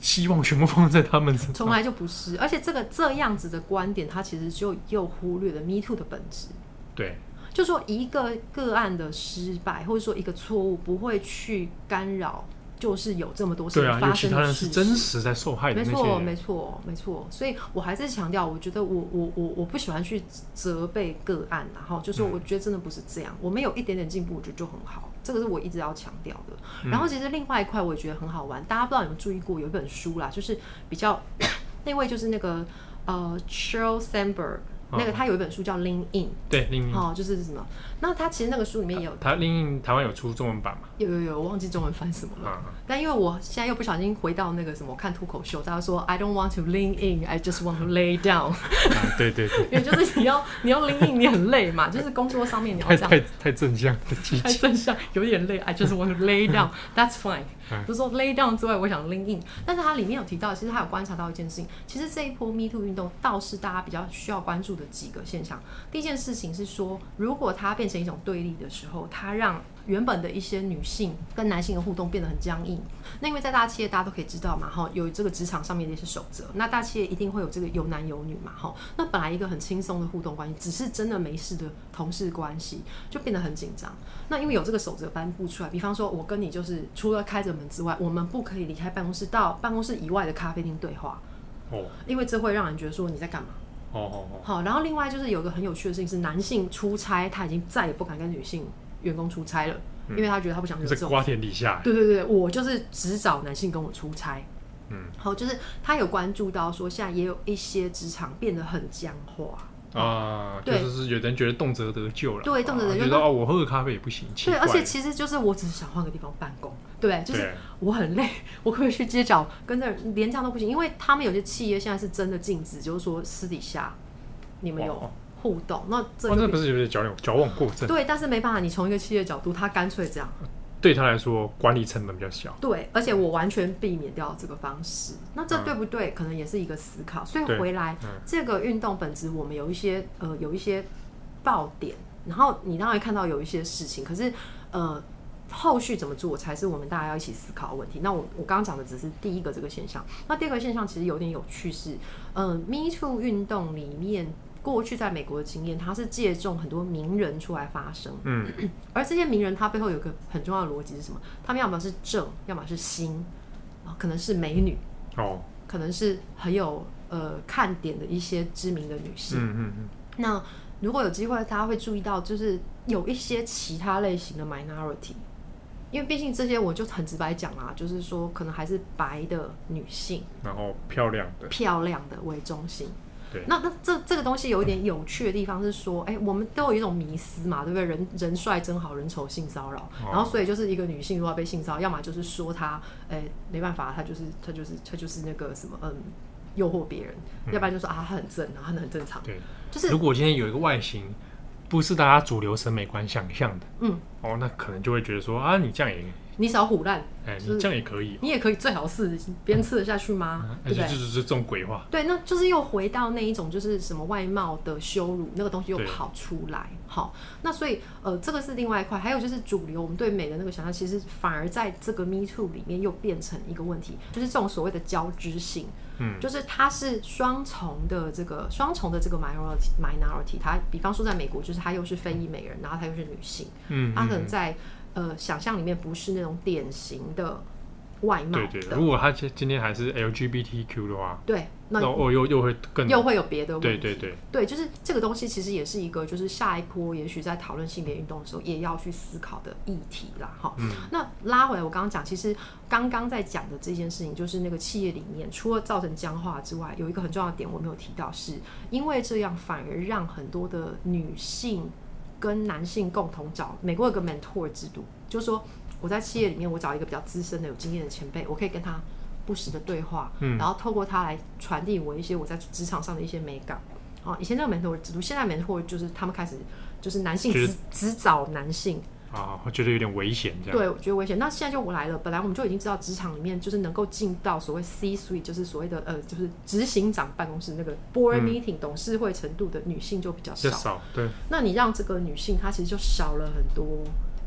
希望全部放在他们身上从。来就不是，而且这个这样子的观点，它其实就又忽略了 Me Too 的本质。对，就说一个个案的失败，或者说一个错误，不会去干扰，就是有这么多事对情啊，发有其生他的人事是实。真实在受害的没那些错，没人，错，没错。所以我还是强调，我觉得我我我我不喜欢去责备个案啊啦，然后就是我觉得真的不是这样，我们有一点点进步，我觉得就很好。这个是我一直要强调的。嗯然后其实另外一块我也觉得很好玩，大家不知道有没有注意过，有一本书啦，就是比较 那位就是那个呃 Sheryl Sandberg，那个哦他有一本书叫《Lean In》。对，另一哦，就是什么？那他其实那个书里面也有台另一台湾有出中文版嘛？有有有，我忘记中文翻什么了。啊，但因为我现在又不小心回到那个什么，我看脱口秀，大家说 I don't want to lean in, I just want to lay down， 啊对对对，也就是你要你要 lean in，你很累嘛，就是工作上面你要太这样太太正向的积太极，正向，有点累。I just want to lay down. That's fine. 嗯就说 lay down 之外，我想 lean in。但是它里面有提到，其实他有观察到一件事情，其实这一波 Me Too 运动倒是大家比较需要关注的的几个现象。第一件事情是说，如果它变成一种对立的时候，它让原本的一些女性跟男性的互动变得很僵硬。那因为在大企业，大家都可以知道嘛，哈，有这个职场上面的一些守则。那大企业一定会有这个有男有女嘛，哈。那本来一个很轻松的互动关系，只是真的没事的同事关系，就变得很紧张。那因为有这个守则颁布出来，比方说，我跟你就是除了开着门之外，我们不可以离开办公室到办公室以外的咖啡厅对话，哦因为这会让人觉得说你在干嘛。哦哦哦，好，然后另外就是有一个很有趣的事情是，男性出差他已经再也不敢跟女性员工出差了，因为他觉得他不想惹这这嗯是种瓜田李下，对对对，我就是只找男性跟我出差。嗯，好，就是他有关注到说，现在也有一些职场变得很僵化。啊，就嗯对是是有人觉得动辄得咎了，对动辄得咎啊觉得哦，我喝个咖啡也不行，奇对，而怪且其实就是我只是想换个地方办公，对，就是对我很累， 我可不可以去街角跟这人连这样都不行？因为他们有些企业现在是真的禁止，就是说私底下你们哇有互动，那这哇，哦就那变不是有点矫枉矫枉过正？对，但是没办法，你从一个企业角度，他干脆这样。对他来说，管理成本比较小。对，而且我完全避免掉这个方式，那这嗯对不对？可能也是一个思考。所以对回来，嗯这个运动本质，我们有一些呃有一些爆点，然后你当然看到有一些事情，可是呃后续怎么做才是我们大家要一起思考的问题。那我我刚刚讲的只是第一个这个现象，那第二个现象其实有点有趣是，嗯、呃、，Me Too 运动里面。过去在美国的经验，它是借重很多名人出来发声，嗯，而这些名人他背后有个很重要的逻辑是什么？他们要么是正，要么是新，啊，可能是美女，哦，可能是很有呃看点的一些知名的女性。嗯嗯嗯，那如果有机会，大家会注意到，就是有一些其他类型的 minority，因为毕竟这些我就很直白讲啦，就是说可能还是白的女性。然后漂亮的，漂亮的为中心。对那那这这个东西有一点有趣的地方是说，哎、我们都有一种迷思嘛，对不对？人人帅真好，人丑性骚扰。哦然后所以就是一个女性如果要被性骚扰，要么就是说她，哎、没办法，她就是她就是她就是那个什么，嗯，诱惑别人；要不然就说啊，她很正，然后她很正常，嗯对。就是如果今天有一个外形不是大家主流审美观想象的，嗯，哦，那可能就会觉得说啊，你这样也，你少虎烂，哎，就是你这样也可以，你也可以最好是别人吃得下去吗啊？哎，对不就对就？就是这种鬼话，对，那就是又回到那一种就是什么外貌的羞辱，那个东西又对跑出来。好，那所以呃，这个是另外一块，还有就是主流，我们对美的那个想象，其实反而在这个 Me Too 里面又变成一个问题，就是这种所谓的交织性，嗯，就是它是双重的这个双重的这个 minority minority，它比方说在美国，就是它又是非裔美人，然后它又是女性，嗯，它可能嗯在呃想象里面不是那种典型的外貌对的，对。如果他今今天还是 LGBTQ 的话，对那那我又又会更又会有别的问题。对对对，对，就是这个东西，其实也是一个，就是下一波也许在讨论性别运动的时候，也要去思考的议题啦。哈、那拉回来，我刚刚讲，其实刚刚在讲的这件事情，就是那个企业里面，除了造成僵化之外，有一个很重要的点我没有提到是，因为这样反而让很多的女性跟男性共同找美国有个 mentor 制度，就是说我在企业里面，我找一个比较资深的、有经验的前辈，我可以跟他不时的对话，嗯然后透过他来传递我一些我在职场上的一些美感。哦，以前那个 mentor 制度，现在 mentor 就是他们开始就是男性就是只只找男性，啊，会觉得有点危险这样，对，我觉得危险。那现在就我来了，本来我们就已经知道职场里面就是能够进到所谓 C suite，就是所谓的呃，就是执行长办公室那个 board meeting、董事会程度的女性就比较比较少。嗯少，对，那你让这个女性她其实就少了很多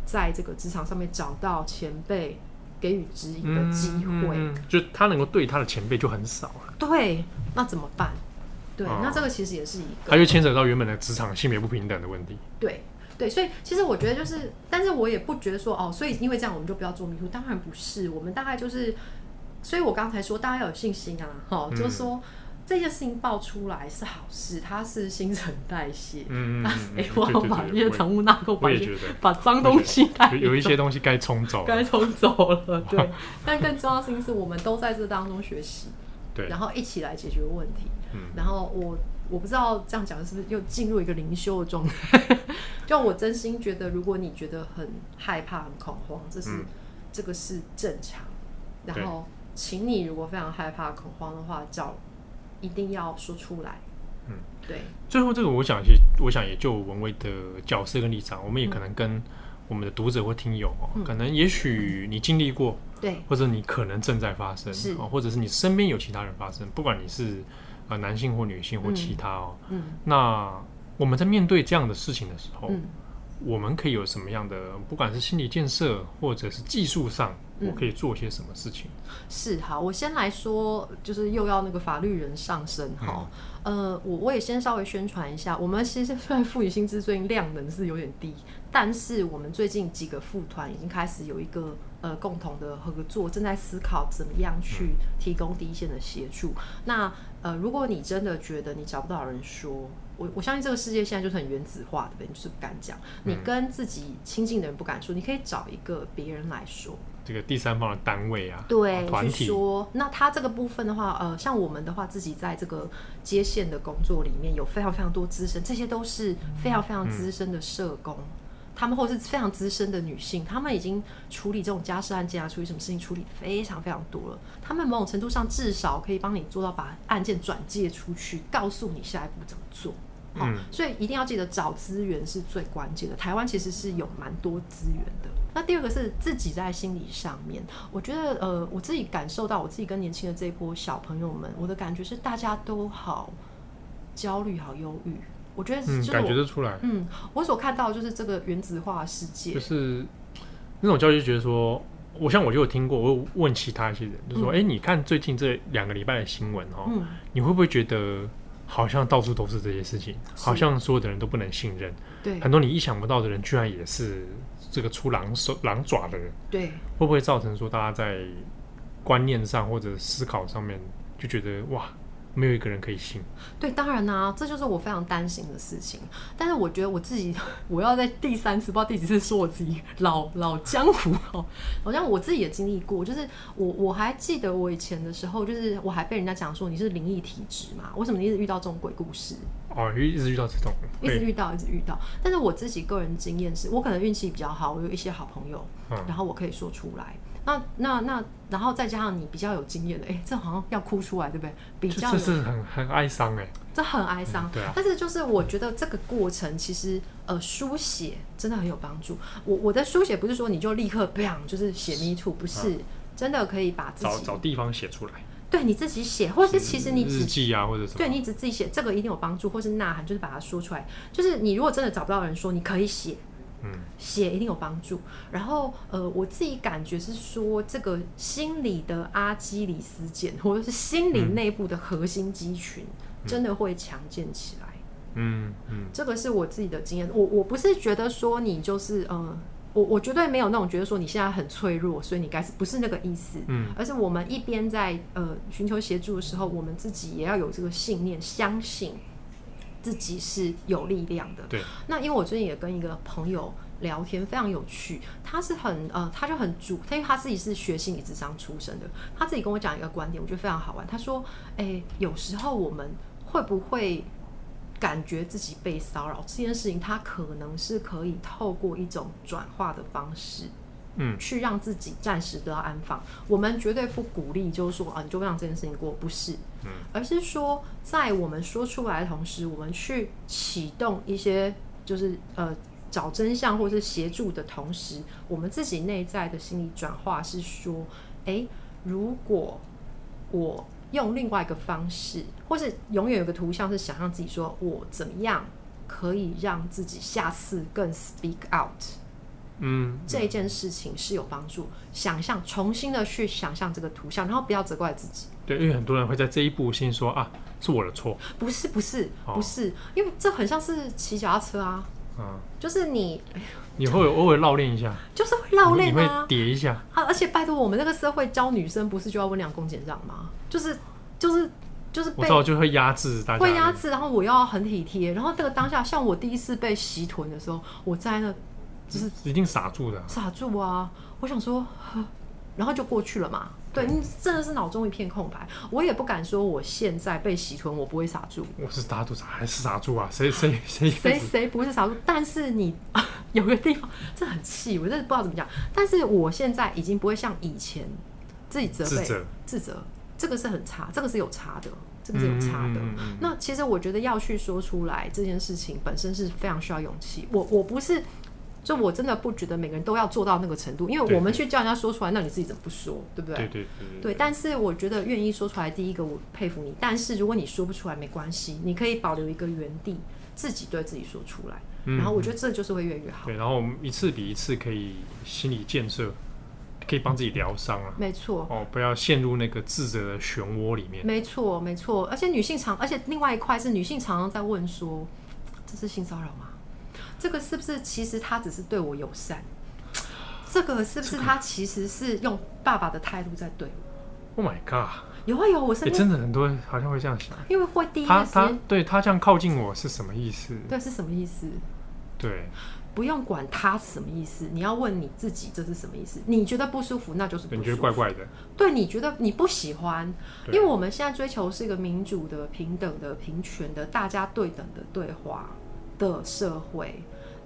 在这个职场上面找到前辈给予指引的机会。嗯，嗯嗯就他能够对他的前辈就很少啊了，对，那怎么办？对，哦那这个其实也是一个他就牵扯到原本的职场性别不平等的问题，对对，所以其实我觉得就是，但是我也不觉得说哦，所以因为这样我们就不要做迷途，当然不是，我们大概就是，所以我刚才说大家要有信心啊，哈、嗯就是说这件事情爆出来是好事，它是新陈代谢。嗯，嗯 那嗯嗯谁哎我要把对对这对些对藏污纳垢，我把也一觉些得。把脏东西带 有有一走些东西该冲走了 该冲走了， 对。但更重要的事情是我们都在这当中学习，对然后一起来解决问题。嗯然后我我不知道这样讲是不是又进入一个灵修的状态， 就我真心觉得，如果你觉得很害怕、很恐慌，这是、嗯这个是正常。对然后，请你如果非常害怕、恐慌的话，找一定要说出来。嗯，对，最后这个，我想其实我想也就文蔚的角色跟立场，我们也可能跟我们的读者或听友哦，嗯可能也许你经历过，对，或者你可能正在发生是，哦，或者是你身边有其他人发生，不管你是呃男性或女性或嗯其他哦。嗯那我们在面对这样的事情的时候，嗯我们可以有什么样的，不管是心理建设或者是技术上，嗯我可以做些什么事情？是好，我先来说，就是又要那个法律人上身哈。呃，我我也先稍微宣传一下，我们其实虽然妇女薪资最近量能是有点低，但是我们最近几个副团已经开始有一个呃共同的合作，正在思考怎么样去提供第一线的协助。那呃，如果你真的觉得你找不到人说，我我相信这个世界现在就是很原子化的，你就是不敢讲，你跟自己亲近的人不敢说，你可以找一个别人来说。这个第三方的单位啊，对，团去体，说。那他这个部分的话，呃，像我们的话，自己在这个接线的工作里面，有非常非常多资深，这些都是非常非常资深的社工。他们或者是非常资深的女性，他们已经处理这种家事案件啊，处理什么事情处理非常非常多了。他们某种程度上至少可以帮你做到把案件转介出去，告诉你下一步怎么做。好、嗯所以一定要记得找资源是最关键的。台湾其实是有蛮多资源的。那第二个是自己在心理上面，我觉得呃，我自己感受到我自己跟年轻的这一波小朋友们，我的感觉是大家都好焦虑、好忧郁。我觉得这嗯，是感我觉得出来，嗯，我所看到的就是这个原子化的世界就，是那种教育，觉得说，我像我就有听过，我有问其他一些人，就说，嗯哎、你看最近这两个礼拜的新闻哦，嗯，你会不会觉得好像到处都是这些事情，是好像所有的人都不能信任，对很多你意想不到的人，居然也是这个出狼手狼爪的人，对，会不会造成说大家在观念上或者思考上面就觉得哇，没有一个人可以信？对，当然啦、这就是我非常担心的事情。但是我觉得我自己，我要在第三次，不知道第几次说我自己老老江湖哦，好像我自己也经历过。就是我我还记得我以前的时候，就是我还被人家讲说你是灵异体质嘛，为什么你一直遇到这种鬼故事？哦，一直遇到这种一直被遇到，一直遇到。但是我自己个人经验是，我可能运气比较好，我有一些好朋友，嗯然后我可以说出来。那那那，然后再加上你比较有经验的，哎，这好像要哭出来，对不对？比这较这有是很很哀伤哎、这很哀伤、嗯对啊但是就是我觉得这个过程其实呃书写真的很有帮助。我我的书写不是说你就立刻 bang 就是写 me too，不是、真的可以把自嗯找己找地方写出来，对你自己写，或是其实你日只记啊或者什么，对你只自己写这个一定有帮助，或是呐喊，就是把它说出来。就是你如果真的找不到人说，你可以写，嗯，写一定有帮助。然后呃，我自己感觉是说，这个心理的阿基里斯腱，或者是心嗯理内部的核心肌群，真的会强健起来。嗯嗯，这个是我自己的经验。我我不是觉得说你就是呃，我我绝对没有那种觉得说你现在很脆弱，所以你该是不是那个意思。嗯，而是我们一边在呃寻求协助的时候，我们自己也要有这个信念，相信自己是有力量的。对，那因为我最近也跟一个朋友聊天，非常有趣。他是很呃，他就很主，他因为他自己是学心理智商出身的，他自己跟我讲一个观点，我觉得非常好玩。他说：“哎、有时候我们会不会感觉自己被骚扰这件事情，它可能是可以透过一种转化的方式。”嗯去让自己暂时得到安放，我们绝对不鼓励，就是说啊，你就让这件事情过，不是，而是说，在我们说出来的同时，我们去启动一些就是呃找真相或是协助的同时，我们自己内在的心理转化是说，诶，如果我用另外一个方式，或是永远有个图像是想象自己说我怎么样可以让自己下次更 speak out。嗯，这一件事情是有帮助，想象重新的去想象这个图像，然后不要责怪自己。对，因为很多人会在这一步先说啊，是我的错，不是不是哦不是，因为这很像是骑脚踏车啊，嗯，就是你你会偶尔绕练一下，就是会绕你链会啊叠一下，啊！而且拜托，我们那个社会教女生不是就要温良恭俭让吗？就是就是就是我被知道就会压制大家，会压，制，然后我要很体贴，然后那个当下，像我第一次被袭臀的时候，我在那就是一定傻住的啊，傻住啊！我想说，呵然后就过去了嘛。嗯对，你真的是脑中一片空白。我也不敢说我现在被袭臀，我不会傻住。我是打赌傻还是傻住啊？谁谁谁谁谁不是少数？但是你 有个地方，这很气，我真的不知道怎么讲。但是我现在已经不会像以前自己责备、自责？自责这个是很差，这个是有差的，这个是有差的。嗯嗯嗯嗯那其实我觉得要去说出来这件事情本身是非常需要勇气。我我不是就我真的不觉得每个人都要做到那个程度，因对为我们对去叫人家说出来，那你自己怎么不说，对不对对对对，但是我觉得愿意说出来，第一个我佩服你。但是如果你说不出来，没关系，你可以保留一个原地，自己对自己说出来。嗯然后我觉得这就是会越来越好。对，然后我们一次比一次可以心理建设，可以帮自己疗伤啊，没错，哦，不要陷入那个自责的漩涡里面。没错，没错。而且女性常，而且另外一块是女性常常在问说，这是性骚扰吗？这个是不是其实他只是对我友善？这个是不是他其实是用爸爸的态度在对我？ Oh my god！有啊有，我哎、身边真的很多人好像会这样想，因为会第一他个时他间，对他这样靠近我是什么意思？对是什么意思？对不用管他什么意思，你要问你自己这是什么意思。你觉得不舒服，那就是不对，舒你觉服。得怪怪的？对，你觉得你不喜欢，因对为我们现在追求是一个民主的、平等的、平权的、大家对等的对话的社会。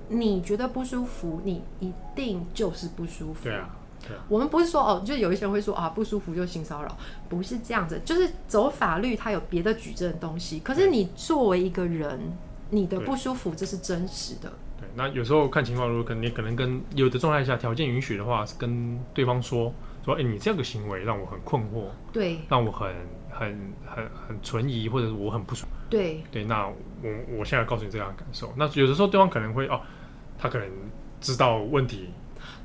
你觉得不舒服，你一定就是不舒服。对啊，对啊，我们不是说哦，就是有一些人会说啊，不舒服就性骚扰，不是这样子，就是走法律它有别的举证的东西。可是对你作为一个人，你的对不舒服这是真实的。对。那有时候看情况，如果可能你可能跟有的状态下条件允许的话，是跟对方说说，哎、你这个行为让我很困惑，对让我很很很很存疑，或者我很不舒服。对对，那我我现在告诉你这样的感受。那有的时候对方可能会哦，他可能知道问题，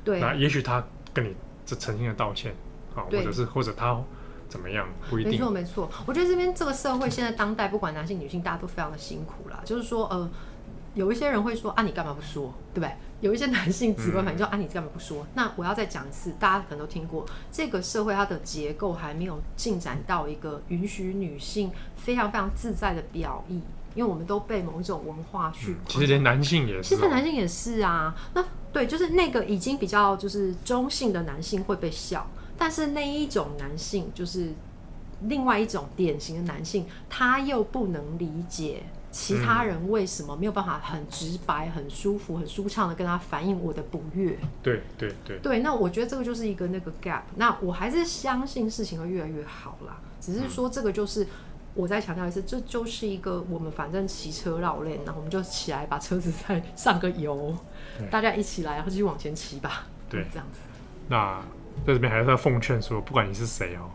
对，那也许他跟你这诚心的道歉啊，或对者是或者他怎么样，不一没定错，。没错。我觉得这边这个社会现在当代，不管男性女性，大家都非常的辛苦啦。就是说，呃，有一些人会说啊，你干嘛不说，对 不对？有一些男性直观反应就、啊，你干嘛不说？那我要再讲一次，大家可能都听过，这个社会它的结构还没有进展到一个允许女性非常非常自在的表意，因为我们都被某一种文化去嗯，其实连男性也是其哦、实男性也是啊，那对，就是那个已经比较就是中性的男性会被笑，但是那一种男性就是另外一种典型的男性，他又不能理解其他嗯人为什么没有办法很直白、很舒服、很舒畅的跟他反映我的不悦。对对对，对，那我觉得这个就是一个那个 gap。那我还是相信事情会越来越好啦，只嗯是说这个就是。我再强调一次，这就是一个我们反正骑车绕链，然后我们就起来把车子再 上个油对，大家一起来，然后继续往前骑吧。对这样子。那在这边还是要奉劝说，不管你是谁哦，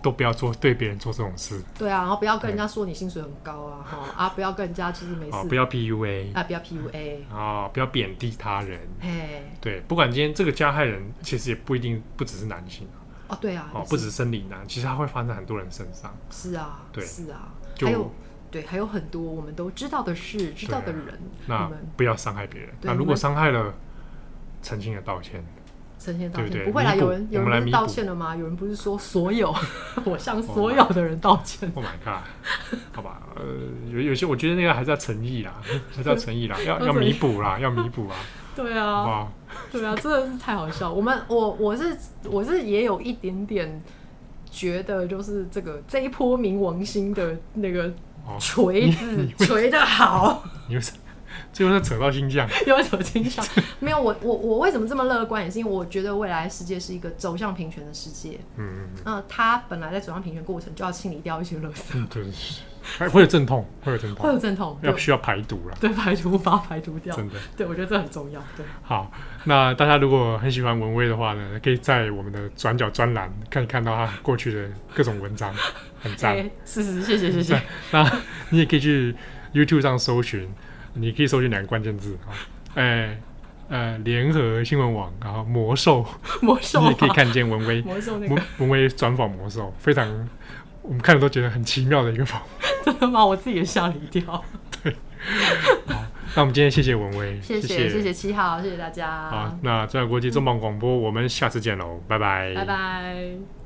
都不要做对别人做这种事对啊，然后不要跟人家说你薪水很高啊，哈啊，不要跟人家就是没事啊、不要 PUA 啊，不要 PUA，啊、不要贬低他人。嘿，对，不管今天这个加害人，其实也不一定不只是男性啊哦，对啊，哦也，是不止生理男，其实它会发生在很多人身上。是啊，对是啊，就还有对，还有很多我们都知道的事，知道对的啊人，那我们不要伤害别人。嗯对那如你果们伤害了，诚心的道歉。呈现道歉，对不对不会啦，弥补有人我有们来人不弥是补道歉了吗？有人不是说所有， 我向所有的人道歉。 Oh my god！好吧，呃，有有些我觉得那个还是要诚意啦，还是要诚 意啦，要要弥补啦，要弥补啊，好对不啊，好？对啊，真的是太好笑。我们我我是我是也有一点点觉得，就是这个这一波冥王星的那个哦锤 子锤的好。 你为什最后是扯到星象？有所倾向。没有，我我我为什么这么乐观，也是因为我觉得未来世界是一个走向平权的世界。嗯嗯那、它本来在走向平权过程就要清理掉一些垃圾，嗯，对对对，还会有阵痛，会有阵会痛有，阵痛，要对需要排毒啦， 对排除把它排除掉。真的。对，我觉得这很重要。对，好，那大家如果很喜欢文威的话呢，可以在我们的转角专栏可以看到他过去的各种文章，很赞。哎，是是，谢谢谢谢。那你也可以去 YouTube 上搜寻，你可以搜寻两个关键字啊，哎、呃，联合新闻网，然后魔兽， 魔兽你也可以吧看见文威，魔兽那文个文威专访魔兽，非常我们看了都觉得很奇妙的一个访问。 真的吗？我自己也吓了一跳。 那我们今天谢谢文威，谢谢谢谢七号，谢谢大家，好，那中亚国际重磅广播，我们下次见喽，拜拜，拜拜。